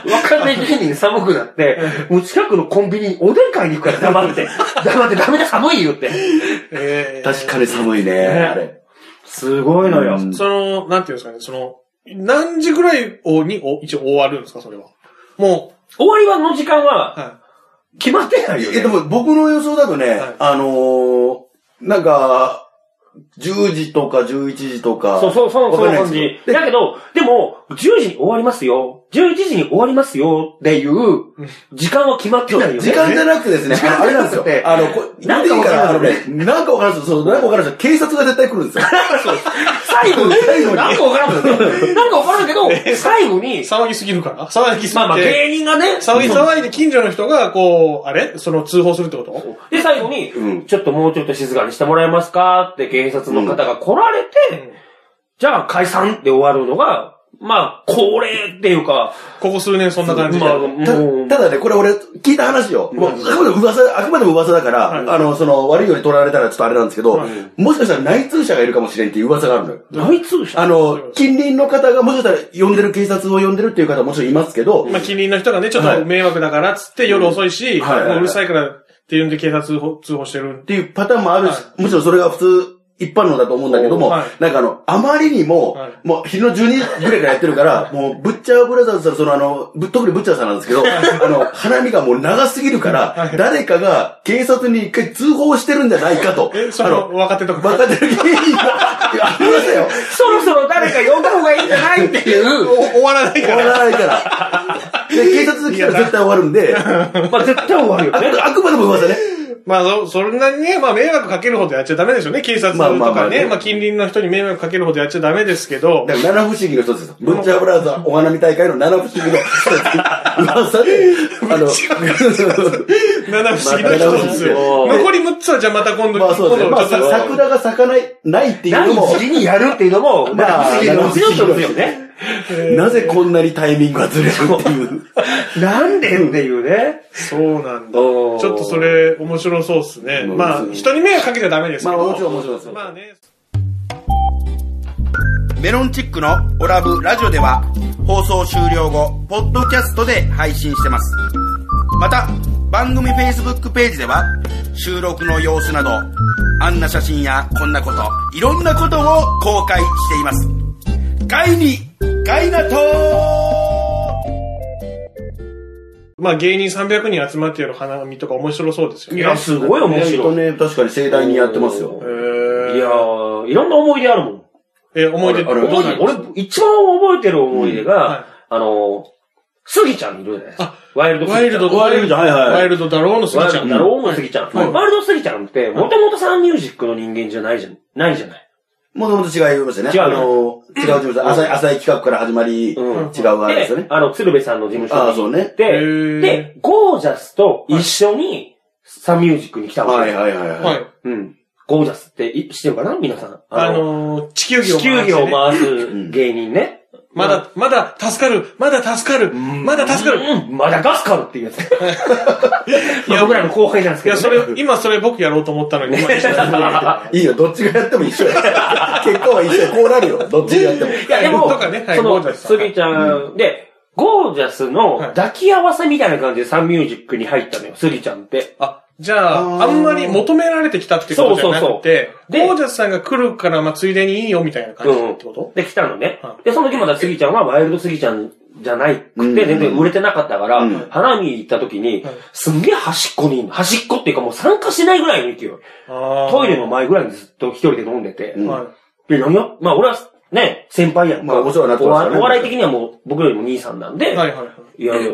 Speaker 1: 若手芸人寒くなって、もう近くのコンビニにおでん買いに行くから黙って。黙ってダメだ寒いよって。
Speaker 3: ええ
Speaker 2: 確かに寒いね、あれ。
Speaker 1: すごいのよ。
Speaker 2: うん
Speaker 3: その、なんていうんですかね、その、何時ぐらいをに、お、一応終わるんですか、それは。も
Speaker 1: 終わりはの時間
Speaker 3: う、
Speaker 1: は
Speaker 3: は
Speaker 1: 決まってないよ、
Speaker 2: え、
Speaker 1: ね。
Speaker 2: でも僕の予想だとね、
Speaker 3: はい
Speaker 2: あのー、なんか、10時とか11時とか。
Speaker 1: そうそう、そう、
Speaker 2: わ
Speaker 1: そ
Speaker 2: か
Speaker 1: うんいう
Speaker 2: ない
Speaker 1: 感じ
Speaker 2: です。けど
Speaker 1: だけど、でも、10時に終わりますよ。11時に終わりますよっていう、時間は決まってないよね。
Speaker 2: 時間じゃなくてですね、あのあれなんですよ
Speaker 1: 時間じ。ゃ
Speaker 2: あ
Speaker 1: な
Speaker 2: の、
Speaker 1: くてなん
Speaker 2: こ
Speaker 1: かわからんです
Speaker 2: 見ていいからあのねなんかわからんですよ。そう、なんかわからんですよ。警察が絶対来るんですよ。
Speaker 1: 最後に、なんかわからんけど、なんかわからんけ ど、最後
Speaker 3: い。
Speaker 1: に、
Speaker 3: 騒ぎすぎるから騒ぎすぎて。
Speaker 1: まあまあ芸人がね、
Speaker 3: 騒ぎ騒いで近所の人が、こう、あれその通報するってこと
Speaker 1: で、最後に、
Speaker 2: うん
Speaker 1: ちょっともうちょっと静かにしてもらえますかって警察の方が来られて、
Speaker 3: うん
Speaker 1: じゃあ解散って終わるのが、まあ、恒例っていうか、
Speaker 3: ここ数年そんな感じで。
Speaker 1: まあ、
Speaker 3: は
Speaker 1: も
Speaker 2: た
Speaker 1: う、
Speaker 2: ただね、これ俺、聞いた話よ。もうあくまでも噂、あくまでも噂だから、
Speaker 3: はい
Speaker 2: あの、その、悪いように取られたらちょっとあれなんですけど、
Speaker 3: はい
Speaker 2: もしかしたら内通者がいるかもしれんっていう噂があるのよ。
Speaker 1: 内通者
Speaker 2: あの、近隣の方がもしかしたら呼んでる、警察を呼んでるっていう方もちろんいますけど、
Speaker 3: まあ、近隣の人がね、ちょっ
Speaker 2: はい
Speaker 3: と迷惑だから、つって夜遅いし、
Speaker 2: はいはいはいう
Speaker 3: るさいからっていうんで警察通報通報してる
Speaker 2: っ。ていうパターンもあるし、
Speaker 3: は
Speaker 2: むしろそれが普通、一般論だと思うんだけども、
Speaker 3: はい
Speaker 2: なんかあの、あまりにも、
Speaker 3: はい
Speaker 2: もう昼の12時ぐらいからやってるから、もう、ブッチャーブラザーズさん、そのあの、ぶ特にブッチャーさんなんですけど、あの、花見がもう長すぎるから、
Speaker 3: はい
Speaker 2: 誰かが警察に一回通報してるんじゃないかと。
Speaker 3: え、そ
Speaker 2: あ
Speaker 3: の
Speaker 2: の、
Speaker 3: 若手とか。
Speaker 2: バカてる芸 人が、いやありましたよ。
Speaker 1: そろそろ誰か呼んだ方がいいんじゃないっていう、
Speaker 3: お終わらない
Speaker 2: 終
Speaker 3: か
Speaker 2: わ
Speaker 3: ら。
Speaker 2: らないから。で、警察来たら絶対終わるんで、あ
Speaker 1: まあ絶対終わるよね。
Speaker 2: くあくまでも噂ね。
Speaker 3: まあ、そそんなにね、まあ、迷惑かけるほどやっちゃダメですよね。警察と
Speaker 2: まあまあまあ
Speaker 3: か
Speaker 2: ね
Speaker 3: ね。まあ、近隣の人に迷惑かけるほどやっちゃダメですけど。
Speaker 2: だから七不思議の一つですよ。ブッチャーブラザーお花見大会の七不思議の一つ。噂で、あの、
Speaker 3: 七不思議な一つ。
Speaker 2: まあ
Speaker 1: そう
Speaker 3: 残り6つはじゃあまた今度、
Speaker 2: まあそうですね。
Speaker 3: 今
Speaker 2: ま
Speaker 3: 度
Speaker 2: あ、さ桜が咲かない、ないっていうの
Speaker 1: 何
Speaker 2: も、
Speaker 1: 時にやるっていうのも、
Speaker 2: まあ
Speaker 1: まあ、次のうちの一つよね。
Speaker 2: なぜこんなにタイミングがずれるっていう。
Speaker 1: なんでっていうね。
Speaker 3: そうなんだ。ち
Speaker 1: お
Speaker 3: ょ
Speaker 1: ー
Speaker 3: っとそれ、面白そうっすね。
Speaker 2: うん
Speaker 3: まあ、人に迷惑かけちゃダメですけ
Speaker 2: まあ
Speaker 3: ど。
Speaker 2: もちろんもちろんですよ。
Speaker 3: まあね。
Speaker 4: メロンチックのオラブラジオでは放送終了後、ポッドキャストで配信してます。また、番組 Facebook ページでは収録の様子など、あんな写真やこんなこと、いろんなことを公開しています。ガイに、ガイナトー
Speaker 3: まあ、芸人300人集まってやる花見とか面白そうですよ
Speaker 1: い
Speaker 3: ね。
Speaker 1: や、すごい面
Speaker 2: 意外
Speaker 1: 白
Speaker 2: と
Speaker 1: い。
Speaker 2: ね、確かに盛大にやってますよ
Speaker 3: え。
Speaker 1: いや
Speaker 3: ー、
Speaker 1: ー、いろんな思い出あるもん。
Speaker 3: え思い出
Speaker 2: あれあれ
Speaker 1: 覚えて俺、一番覚えてる思い出
Speaker 3: うんはい
Speaker 1: が、あの、スギちゃんいるじゃないですか。ワイルドスギちゃん
Speaker 3: ワイルド、
Speaker 2: ワイルドはいはい
Speaker 3: ワイルドだろうのすぎ
Speaker 1: ワイル
Speaker 3: ちゃ
Speaker 1: ド
Speaker 3: ん。
Speaker 1: だろうもスギちゃん。
Speaker 3: はい
Speaker 1: ワイルドスギちゃんって、もともとサンミュージックの人間じゃないじゃん。ないじゃない。
Speaker 2: もともと違いましたね。
Speaker 1: 違う
Speaker 2: あの、違う事務所、浅い、浅い企画から始まり、違う
Speaker 1: うん
Speaker 2: あれですよね。
Speaker 1: あの、鶴瓶さんの事務
Speaker 2: ああ、
Speaker 1: 所
Speaker 2: そう
Speaker 1: に行
Speaker 2: ね
Speaker 1: っ。
Speaker 3: へ
Speaker 1: て、
Speaker 3: ー
Speaker 1: で、ゴージャスと一緒にサンミュージックに来たわ
Speaker 2: は
Speaker 1: け
Speaker 2: い。はいはいは。
Speaker 3: はいい。
Speaker 1: うん。ゴージャスってい知ってるかな皆さん。
Speaker 3: あ、のー、地球儀を
Speaker 1: 地
Speaker 3: 回して
Speaker 1: 球
Speaker 3: ね
Speaker 1: 儀を回す芸人ね。
Speaker 3: まだ、まだ助かる、まだ助かる、まだ助かる。
Speaker 1: うん、マダガスカルっていうや つ。いや僕らの後輩なんです
Speaker 3: い
Speaker 1: けど、
Speaker 3: や、
Speaker 1: ね。
Speaker 3: それ、今それ僕やろうと思 ったのに、今一緒
Speaker 2: い
Speaker 3: に
Speaker 2: いよ、どっちがやっても一緒や。結果は一緒やこうなるよ、どっちがやっても。
Speaker 1: いや、でも、
Speaker 3: とかねはい
Speaker 1: そ
Speaker 3: ゴ
Speaker 1: の、
Speaker 3: ージャスさん
Speaker 1: スギちゃん、で、ゴージャスの抱き合わせみたいな感じでサンミュージックに入ったのよ、スギちゃんって。
Speaker 3: あ、じゃあ、
Speaker 2: あー
Speaker 3: あんまり求められてきたってことじゃな
Speaker 1: そうそう
Speaker 3: くて、
Speaker 1: そうで
Speaker 3: ゴージャスさんが来るから、まあ、ついでにいいよみたいな感じってこと、
Speaker 1: で、来たのね
Speaker 3: は。い
Speaker 1: で、その時まだスギちゃんはワイルドスギちゃんじゃないく
Speaker 2: うん
Speaker 1: て、全然売れてなかったから
Speaker 2: うん、
Speaker 1: 花見行った時に
Speaker 3: はい、
Speaker 1: すんげえ端っこにいんの、端っこっていうかもう参加しないぐらいの勢い。
Speaker 3: あー
Speaker 1: トイレの前ぐらいにずっと一人で飲んでて。
Speaker 2: うん
Speaker 3: はい。
Speaker 1: で、何や、まあ俺は、ね、先輩やんか。
Speaker 2: まあお世話になってますからね
Speaker 1: おお笑い的にはもう僕よりも兄さんなんで、
Speaker 3: はいはいはい
Speaker 1: いやいや、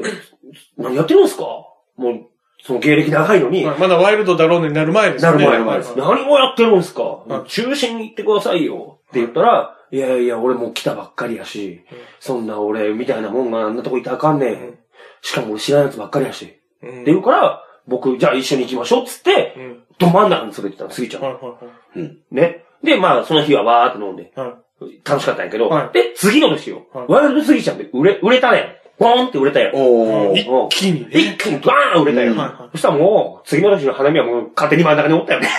Speaker 1: 何やってるんですかもう、その芸歴長いのに、
Speaker 3: はい。まだワイルドだろうねになる前です
Speaker 1: な
Speaker 3: よ
Speaker 1: る
Speaker 3: ね。
Speaker 1: 前
Speaker 2: 前
Speaker 3: はいはい
Speaker 1: 何をやってるんですか
Speaker 3: はい
Speaker 1: 中心に行ってくださいよって言ったら、いやいや、俺もう来たばっかりやし、そんな俺みたいなもんがあんなとこいたらあかんねん。しかも俺知らんやつばっかりやし。って
Speaker 3: うん
Speaker 1: 言うから、僕、じゃあ一緒に行きましょうっつって、
Speaker 3: うん
Speaker 1: ど真ん中に連れてったの、杉ちゃん
Speaker 3: は。いはい
Speaker 1: ね。で、まあ、その日はわーって飲んで、
Speaker 3: はい。はい。
Speaker 1: 楽しかったんやけど、
Speaker 3: はい
Speaker 1: で、次の年よ、
Speaker 3: はい
Speaker 1: ワイルドスギちゃんで売れ、売れたねん。ボーンって売れたよ。
Speaker 2: おー。
Speaker 1: お
Speaker 3: 一気にね。
Speaker 1: 一気にバーン売れたよ。
Speaker 2: うん
Speaker 3: はいはい
Speaker 1: そしたらもう、次の年の花見はもう勝手に真ん中におったよね。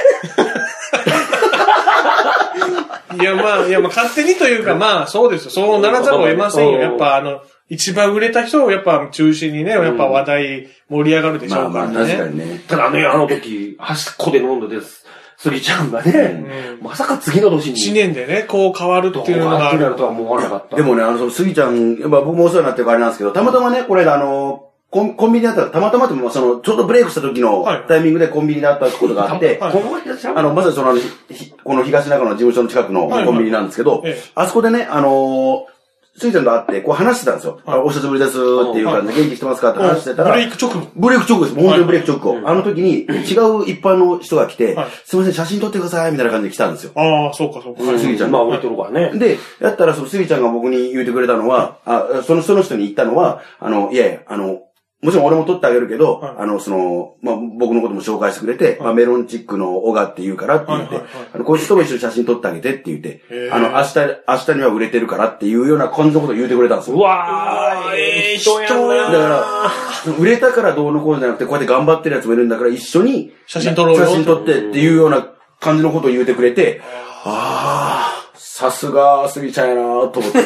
Speaker 3: いや、まあ、いや、まあ、勝手にというか、まあ、そうですよ。そうならざるを得ませんよ。
Speaker 1: そう
Speaker 3: やっぱ、あの、一番売れた人をやっぱ中心にね、やっぱ話題盛り上がるでし
Speaker 2: ま
Speaker 3: ょ
Speaker 2: あ
Speaker 3: う
Speaker 2: ま
Speaker 3: から
Speaker 2: あ、
Speaker 3: ね。
Speaker 2: 確かにね。
Speaker 1: ただあの夜、あの時、端っこで飲んだです。スギちゃんがね、まさか次の年
Speaker 3: 一
Speaker 1: に、
Speaker 3: 年でね、こう変わる
Speaker 1: ど
Speaker 3: っ
Speaker 1: う
Speaker 3: ていうの
Speaker 1: な
Speaker 3: が
Speaker 1: っ
Speaker 3: あ
Speaker 1: てな
Speaker 3: る。
Speaker 1: るとは思わなかった。
Speaker 2: でもね、あの、そのスギちゃん、やっぱ僕もお世話になってるからあれなんですけど、たまたまね、これあの、コンコンビニであった、たまたまっても、その、ちょうどブレイクした時の
Speaker 3: はい
Speaker 2: タイミングでコンビニであったことがあって、
Speaker 3: はい
Speaker 1: この間ちゃう
Speaker 2: あの、まさにその、あのひこの東中野の事務所の近くの
Speaker 3: はい
Speaker 2: コンビニなんですけど
Speaker 3: ええ、
Speaker 2: あそこでね、あの、スギちゃんと会って、こう話してたんですよ。
Speaker 3: はい
Speaker 2: あお久しぶりですっていう感じで、元気してますかって話してたら、
Speaker 3: ブレイク直後。
Speaker 2: ブレイク直後です。本当にブレイク直後。あの時に、違う一般の人が来て
Speaker 3: はい、
Speaker 2: すいません、写真撮ってください、みたいな感じで来たんですよ。
Speaker 3: ああ、そうかそうか。
Speaker 1: う
Speaker 2: スギちゃん
Speaker 1: まあ置いてるからね。
Speaker 2: で、やったら、そのスギちゃんが僕に言うてくれたのは、あ、その、その人に言ったのは、あの、いやいや、あの、もちろん俺も撮ってあげるけど、
Speaker 3: はい
Speaker 2: あの、その、まあ、僕のことも紹介してくれて、まあ、メロンチックのオガって言うからって言って、
Speaker 3: はいはいはい
Speaker 2: あの、こいつとも一緒に写真撮ってあげてって言って
Speaker 3: へ、ー
Speaker 2: あの、明日、明日には売れてるからっていうような感じのことを言うてくれたんです
Speaker 1: う
Speaker 2: よ。
Speaker 1: わー、ええ人や
Speaker 2: だ
Speaker 1: な
Speaker 2: から、売れたからどうのこうのじゃなくて、こうやって頑張ってるやつもいるんだから、一緒に
Speaker 3: 写真撮ろうよ
Speaker 2: 写真撮ってっていうような感じのことを言うてくれて、ああ、さすが、すぎちゃんやなと思って。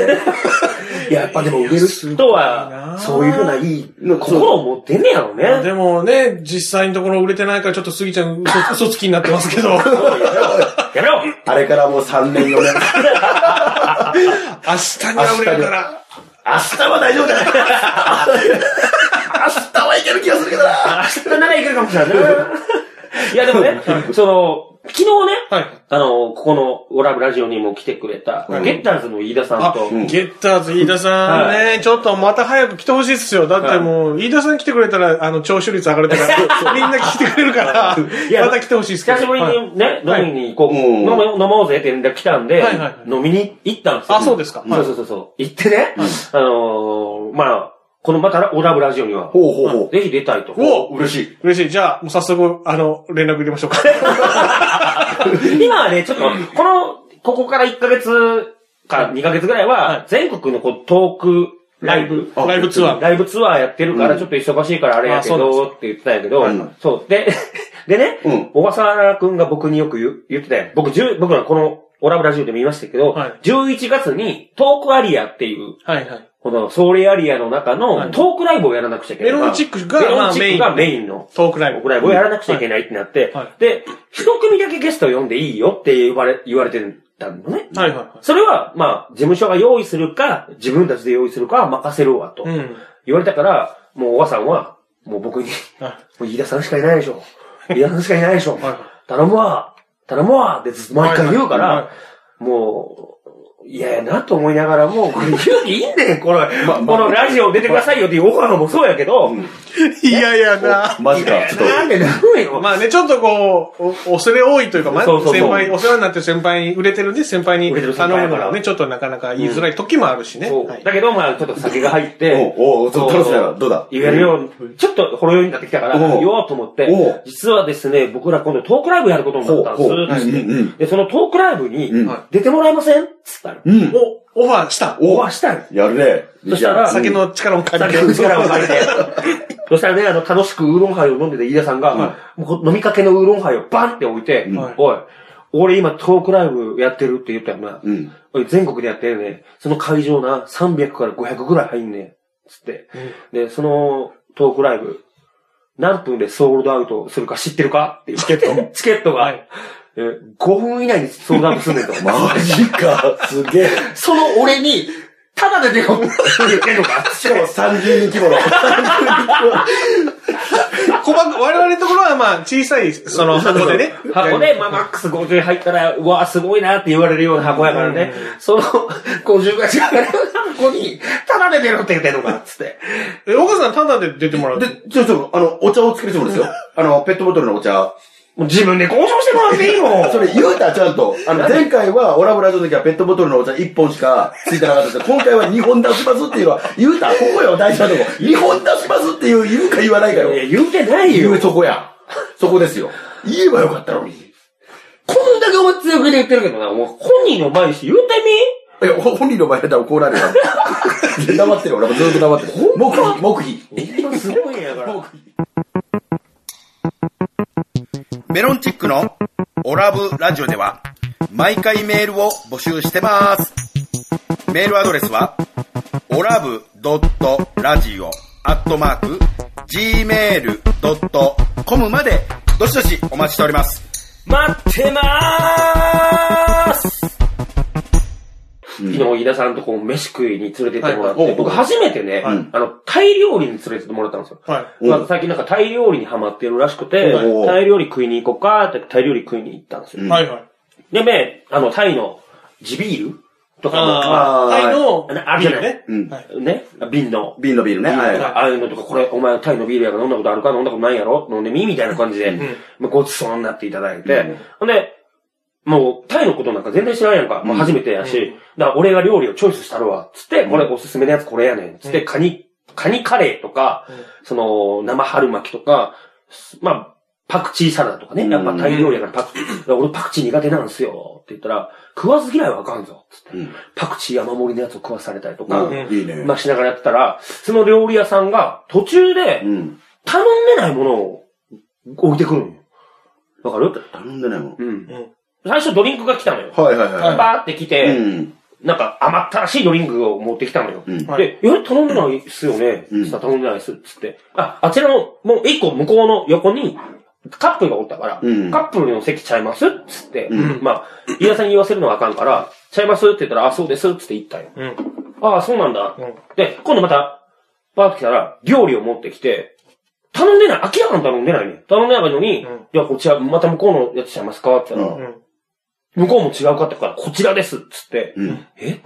Speaker 2: いややっぱでも売れる人
Speaker 1: 人は、
Speaker 2: そういうふうないいの、
Speaker 1: 心を持ってんねやろね。
Speaker 3: でもね、実際のところ売れてないからちょっとスギちゃん嘘嘘つきになってますけど、明
Speaker 1: やめろ
Speaker 2: あれからもう3年4年。
Speaker 3: 日には売れるから。
Speaker 2: 明日は大丈夫だね。明日はいける気がするけどな。
Speaker 1: 明日ならいけるかもしれないね。いや、でもね、その、昨日ね、
Speaker 3: はい。
Speaker 1: あの、ここのオラブラジオにも来てくれた、
Speaker 2: うん
Speaker 1: ゲッターズの飯田さん
Speaker 3: あ
Speaker 1: と、、
Speaker 3: ゲッターズ飯田さんね、ちょっとまた早く来てほしいっすよ。だってもう、飯田さん来てくれたら、あの、聴取率上が るから、みんな来てくれるから、
Speaker 1: いや
Speaker 3: また来てほしいっすけ
Speaker 1: 久し
Speaker 3: ど。
Speaker 1: ぶり
Speaker 3: はい
Speaker 1: にね、
Speaker 3: はい
Speaker 1: 飲みに行こう、
Speaker 2: うん
Speaker 1: 飲もう飲もうぜって連絡来たんで、
Speaker 3: はいはいはい
Speaker 1: 飲みに行ったんですよ。
Speaker 3: あそうですか
Speaker 1: んそうそうそうそう。行ってね、あのー、まあ、このまたオラブラジオには、
Speaker 2: ほうほうほう。
Speaker 1: ぜひ出たいと。
Speaker 3: お
Speaker 2: 嬉しい。
Speaker 3: 嬉しい。じゃあ、もう早速、あの、連絡入れまし ょうか。
Speaker 1: 今はね、ちょっと、この、ここから1ヶ月か2ヶ月ぐらいは、全国のこうトーク、ライブ、
Speaker 2: あ
Speaker 3: ライブツアー。
Speaker 1: ライブツアーやってるから、ちょっと忙しいからあれやけ
Speaker 3: あそう
Speaker 1: ど、って言ってたんやけど
Speaker 2: うん、
Speaker 1: そう。で、 でね
Speaker 2: うん、
Speaker 1: 小笠原くんが僕によく言う言ってたよ。僕、10僕らこの、オラブラジオでも言いましたけど
Speaker 3: はい、
Speaker 1: 11月にトークアリアっていう、
Speaker 3: はいはい。
Speaker 1: このソーレアリアの中
Speaker 3: は
Speaker 1: の
Speaker 3: い
Speaker 1: トークライブをやらなくちゃいけな
Speaker 3: メ
Speaker 1: い。
Speaker 3: ロンチック
Speaker 1: メ
Speaker 3: が、ま
Speaker 1: ロン
Speaker 3: あ
Speaker 1: チ
Speaker 3: メ
Speaker 1: ッ
Speaker 3: イ
Speaker 1: ク
Speaker 3: ン。
Speaker 1: がメインの
Speaker 3: トークライ
Speaker 1: 僕
Speaker 3: ブ。
Speaker 1: らをやらなくちゃいけないってなって、
Speaker 3: はい
Speaker 1: で、一組だけゲストを呼んでいいよって言われ、言われてたのね。
Speaker 3: はいは
Speaker 1: それは、まあ、事務所が用意するか、自分たちで用意するかは任せるわ、と
Speaker 3: い。うん。
Speaker 1: 言われたから、もうおばさんは、もう僕に、
Speaker 3: あ
Speaker 1: もう飯田さんしかいないでしょ。飯田さんしかいないでしょ
Speaker 3: はい。
Speaker 1: 頼むわ、頼むわ、ってずっと毎回言うか
Speaker 3: はいはい
Speaker 1: ら、もう、嫌やなと思いながらも、これ勇気いいんだ よ、これ。
Speaker 2: ま
Speaker 1: こ
Speaker 2: あ
Speaker 1: のラジオ出てくださいよっていうオファーもそうやけど、
Speaker 3: いやいやな。
Speaker 2: マジか。ちょっと。
Speaker 1: なんでなるよ。
Speaker 3: まあね、ちょっとこう、お恐れ多いというか、まあ、
Speaker 1: そうそうそう
Speaker 3: 先輩、お世話になってる先輩に、売れてるね、先輩に
Speaker 1: 売れてる先輩
Speaker 3: 頼む
Speaker 1: だ
Speaker 3: のが
Speaker 1: から
Speaker 3: ね、ちょっとなかなか言いづらい時もあるしね。
Speaker 1: そう
Speaker 3: はい
Speaker 1: だけど、まあ、ちょっと酒が入って、
Speaker 2: おうおうちょっと楽しみだなどうだ
Speaker 1: 言えるように、ちょっとほろ酔いになってきたから、
Speaker 2: おう
Speaker 1: 言おうと思っ
Speaker 2: お
Speaker 1: て
Speaker 2: う、
Speaker 1: 実はですね、僕ら今度トークライブやることになったんです
Speaker 2: ほうほう
Speaker 1: って言って
Speaker 2: うんうんうん
Speaker 1: で、そのトークライブに
Speaker 2: うん
Speaker 3: はい
Speaker 1: 出てもらえませんっつったの。
Speaker 2: うん。
Speaker 3: お、オファーした。
Speaker 1: オファーしたの。
Speaker 2: やるね。
Speaker 1: そしたら
Speaker 2: いや
Speaker 3: 酒の力も借
Speaker 1: 酒
Speaker 3: りて。
Speaker 1: の 力を借りて。そしたらね、あの、楽しくウーロンハイを飲んでて、飯田さんが、もうこ飲みかけのウーロンハイをバンって置いて、
Speaker 3: はい
Speaker 1: おい、俺今トークライブやってるって言ったよな。
Speaker 2: うん。
Speaker 1: おい全国でやってるね。その会場な、300から500ぐらい入んねん。つって。で、そのトークライブ、何分でソールドアウトするか知ってるかってチケット。チケットが、
Speaker 3: はい
Speaker 1: え5分以内にソールドアウトすんねん と。
Speaker 2: マジか。すげえ。
Speaker 1: その俺に、ただで出よって言ってんの か。
Speaker 2: しかも30人規模の。
Speaker 3: 小箱、我々のところはまあ、小さい、その箱でね。
Speaker 1: 箱で、まあ、マックス50入ったら、うわ、すごいなって言われるような箱やからね。その、50が違う箱に、ただで出ろって言ってんのか、つって。
Speaker 3: え、岡さん、ただで出てもらう。
Speaker 2: で、ちょ、ちょ、あの、お茶を作るつもりですよ。 あの、ペットボトルのお茶。
Speaker 1: もう自分で交渉してもらっていい よ。
Speaker 2: それ言うたらちゃんと。あの、前回は、オラブラジオの時はペットボトルのお茶1本しかついてなかったですけど今回は2本出しますっていうのは、言うたらここよ、大事なとこ。2本出しますっていう、言うか言わないかよ。
Speaker 1: いや、言うてない
Speaker 2: 言
Speaker 1: よ
Speaker 2: う。そこや。そこですよ。言えばよかったのに。い
Speaker 1: こんだけお前強気で言ってるけどな、もう本人の前にして言うて
Speaker 2: や、ほ本人の前だったら怒られるわ。 黙ってる、俺もずっと黙ってる。黙秘、黙秘。
Speaker 1: み今すごいんやから。
Speaker 4: メロンチックのオラブラジオでは毎回メールを募集してます。メールアドレスはオラブ urab.radio アットマーク gmail.com までどしどしお待ちしております。
Speaker 1: 待ってまーす
Speaker 2: うん
Speaker 1: 昨日、飯田さんとこう、飯食いに連れてってもらっ
Speaker 2: はいは
Speaker 1: て、
Speaker 2: い
Speaker 1: 僕初めてね、
Speaker 2: はい
Speaker 1: あの、タイ料理に連れてってもらったんですよ。
Speaker 3: はい。
Speaker 2: うん
Speaker 1: まあ、最近なんかタイ料理にハマってるらしくて
Speaker 2: お、う
Speaker 1: タイ料理食いに行こうかって、タイ料理食いに行ったんですよ。
Speaker 2: うん
Speaker 3: はいはい。
Speaker 1: で、ね、あの、タイの地ビールとかも、
Speaker 2: あ
Speaker 3: ああ、
Speaker 2: ー
Speaker 3: タイの
Speaker 1: あのある
Speaker 3: ビ
Speaker 1: じゃな
Speaker 3: ール
Speaker 1: い
Speaker 3: ね。
Speaker 2: うん
Speaker 3: はい。
Speaker 1: ね、瓶の。
Speaker 2: 瓶のビールね。は
Speaker 1: なん
Speaker 2: い。
Speaker 1: かああいうのとか、これ、お前、タイのビールやから飲んだことあるか飲んだことないやろ飲んでみみたいな感じで、
Speaker 3: ん
Speaker 1: まあごちそうになっていただい
Speaker 2: うん
Speaker 1: て、ほんで、もう、タイのことなんか全然知らんやんか。もう初めてやし、
Speaker 3: うん
Speaker 1: だから俺が料理をチョイスしたるわ。つって、これおすすめのやつこれやねん。つって、カニ、カニカレーとか、その、生春巻きとか、まあ、パクチーサラダとかね。やっぱタイ料理やからパクチー。だから俺パクチー苦手なんですよ。って言ったら、食わず嫌いはあかんぞ。つって、
Speaker 2: うん
Speaker 1: パクチー山盛りのやつを食わされたりとか、
Speaker 2: あいいね。
Speaker 1: まあ、しながらやってたら、その料理屋さんが途中で
Speaker 2: うん。
Speaker 1: 頼んでないものを置いてくるのよ。わかる
Speaker 2: 頼んでないもん。
Speaker 1: うん
Speaker 3: うん。
Speaker 1: 最初ドリンクが来たのよ。
Speaker 2: はいはい
Speaker 1: バ
Speaker 2: は
Speaker 1: ーって来
Speaker 2: い。
Speaker 1: て、
Speaker 2: うん。
Speaker 1: なんか甘ったらしいドリンクを持ってきたのよ。
Speaker 2: うん。
Speaker 3: はい
Speaker 1: で、え、頼んでないっすよね。
Speaker 2: うん
Speaker 1: さ頼んでないっす。つって。あ、あちらの、もう一個向こうの横に、カップルがおったから、
Speaker 2: うん
Speaker 1: カップルの席ちゃいますつって、
Speaker 2: う
Speaker 1: まあ、飯田さんに言わせるのはあかんから、ちゃいますって言ったら、あ、そうです。つって言ったよ。
Speaker 3: うん。
Speaker 1: ああ、そうなんだ。
Speaker 3: うん
Speaker 1: で、今度また、バーって来たら、料理を持ってきて、頼んでない、明らかに頼んでないね。頼んでないのに、
Speaker 3: うん
Speaker 1: いや、こちら、また向こうのやつちゃいますかって言ったら、
Speaker 2: う
Speaker 3: うん。
Speaker 1: 向こうも違うかって言うから、こちらですっつって、
Speaker 2: うん。
Speaker 1: え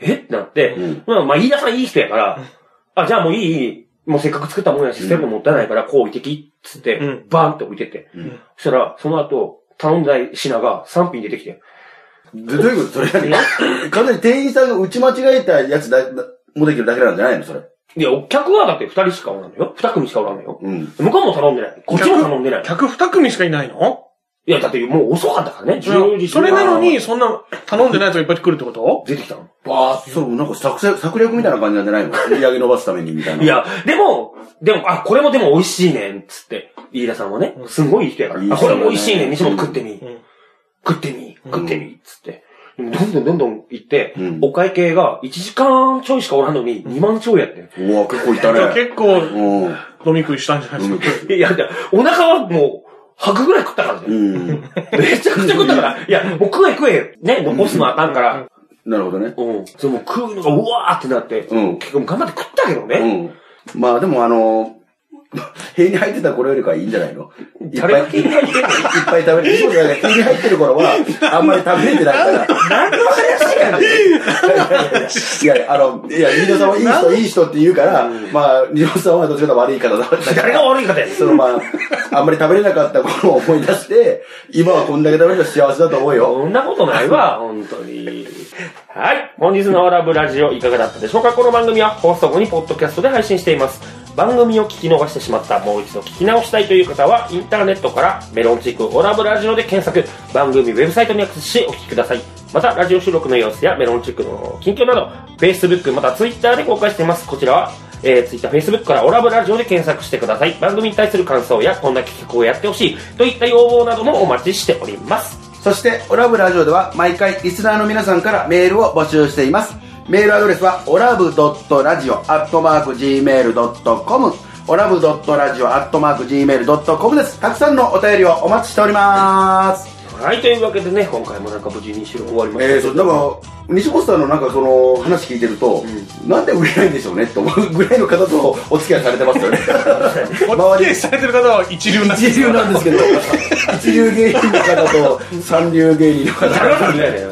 Speaker 1: えってなって、
Speaker 2: うん
Speaker 1: まあ、まあ、飯田さんいい人やから、あ、じゃあもういいいい、もうせっかく作ったもんやし、捨てるのもったいないから、こう置いてき、っつって、
Speaker 3: うん
Speaker 1: バーンって置いてって。
Speaker 2: ん
Speaker 1: そしたら、その後、頼んだ品が3品出てきて、
Speaker 2: どどういうことそれ何完全に店員さんが打ち間違えたやつだ、だもできるだけなんじゃないのそれ。
Speaker 1: いや、お客はだって2人しかおらんのよ。2組しかおらんのよ。
Speaker 2: うん。
Speaker 1: 向こうも頼んでない。こっちも頼んでない。
Speaker 3: 客二組しかいないの
Speaker 1: いや、だってもう遅かったからね。10時
Speaker 3: それなのに、そんな、頼んでないやつがいっぱい来るってこと
Speaker 1: 出てきたの。
Speaker 2: あ、そう、なんか策略策略みたいな感じなんじゃないの売り上げ伸ばすためにみたいな。
Speaker 1: い、や、でも、でも、あ、これもでも美味しいねん、つって。飯田さんはね、すごいいい人やから。
Speaker 2: いい人
Speaker 1: あ、
Speaker 2: だ
Speaker 1: こ
Speaker 2: ね
Speaker 1: れも美味しいねん、西本食ってみ。
Speaker 3: ん
Speaker 1: 食ってみ、食ってみ、つって。どんどんどんどん行って
Speaker 2: うん、
Speaker 1: お会計が1時間ちょいしかおらんのに2万ちょいやってん。
Speaker 2: うわ、結構いたね。
Speaker 3: 結
Speaker 2: う
Speaker 3: 構、
Speaker 2: ん。
Speaker 3: 飲み食いしたんじゃないですか。
Speaker 1: いや、だってお腹はもう、吐くぐらい食ったからね。
Speaker 2: うん。
Speaker 1: めちゃくちゃ食ったから。いや、もう食え食え。ね、残すのあかんから。
Speaker 2: なるほどね。
Speaker 1: うん。それもう食うのがうわーってなって。
Speaker 2: うん
Speaker 1: 結構頑張って食ったけどね。
Speaker 2: うん。まあでもあの、 塀に入ってた頃よりかはいいんじゃないのいっぱい、
Speaker 1: 誰が
Speaker 2: い
Speaker 1: 塀
Speaker 2: っ
Speaker 1: に入ってんの
Speaker 2: ぱい食べれる。そうだね。塀に入ってる頃は、あんまり食べれてないから。
Speaker 1: 何の話やねん。
Speaker 2: いやいや、あの、いや、飯田さんはいい人、いい人って言うから、まあ、飯田さんはどっちかというと悪い方だったか
Speaker 1: 誰が
Speaker 2: ら、
Speaker 1: 悪いかだよ。
Speaker 2: そのまあ、あんまり食べれなかった頃を思い出して、今はこんだけ食べれたら幸せだと思うよ。
Speaker 1: そんなことないわ、本当に。はい。本日のワラブラジオいかがだったでしょうかこの番組は放送後にポッドキャストで配信しています。番組を聞き逃してしまった、もう一度聞き直したいという方は、インターネットからメロンチークオラブラジオで検索、番組ウェブサイトにアクセスしお聞きください。また、ラジオ収録の様子やメロンチークの近況など、Facebook、また Twitter で公開しています。こちらは、えー、Twitter、Facebook からオラブラジオで検索してください。番組に対する感想や、こんな企画をやってほしい、といった要望などもお待ちしております。
Speaker 2: そして、オラブラジオでは毎回リスナーの皆さんからメールを募集しています。メールアドレスは、オラブドットラジオアットマーク Gmail.com オラブドットラジオアットマーク Gmail.com です。たくさんのお便りをお待ちしております。
Speaker 1: はい、というわけでね、今回もなんか無事に収録終わりました
Speaker 2: え
Speaker 1: け
Speaker 2: ー、そ
Speaker 1: ど
Speaker 2: う、でも、西本さんのなんかその話聞いてると、なんで売れないんでしょうねって思うぐらいの方とお付き合いされてますよね。
Speaker 3: お付き合いされてる方は一流なんで
Speaker 2: 一
Speaker 3: す
Speaker 2: 流なんですけど、一流芸人の方と三流芸人の方。
Speaker 1: 誰が見ないのよ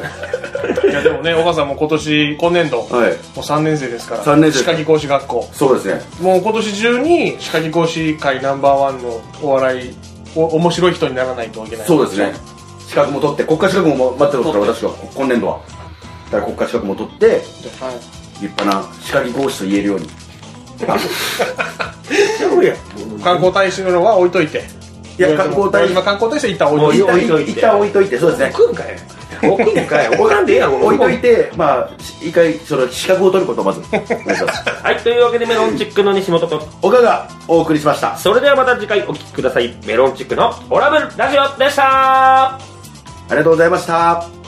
Speaker 3: いや、でもね、お母さんも今年、今年度、も
Speaker 2: はい。
Speaker 3: う3年生ですから、
Speaker 2: 三年生
Speaker 3: 歯科技講師学校。
Speaker 2: そうですね。
Speaker 3: もう今年中に、歯科技講師会ナンバーワンのお笑い、お面白い人にならないといけない。
Speaker 2: そうですね。資格も取って、国家資格も待ってますから、私は、今年度は。だから国家資格も取って、
Speaker 3: はい。
Speaker 2: 立派な歯科技講師と言えるように。
Speaker 3: 観光大使のは置いといて。
Speaker 2: いや、観光大使
Speaker 3: 今、観光大使は一旦置
Speaker 1: 置
Speaker 3: い
Speaker 1: い
Speaker 3: とい
Speaker 1: といて
Speaker 2: 一旦置いといて、そうですね。
Speaker 1: 置くんかい置くんかい置かんでええやん、
Speaker 2: 置いとい
Speaker 1: て。
Speaker 2: て、まあ、し一回、その資格を取ることをまず、お願いします。
Speaker 1: はい、というわけでメロンチックの西本と、
Speaker 2: 岡がお送りしました。
Speaker 1: それではまた次回お聞きください。メロンチックのオラブルラジオでした
Speaker 2: ありがとうございました。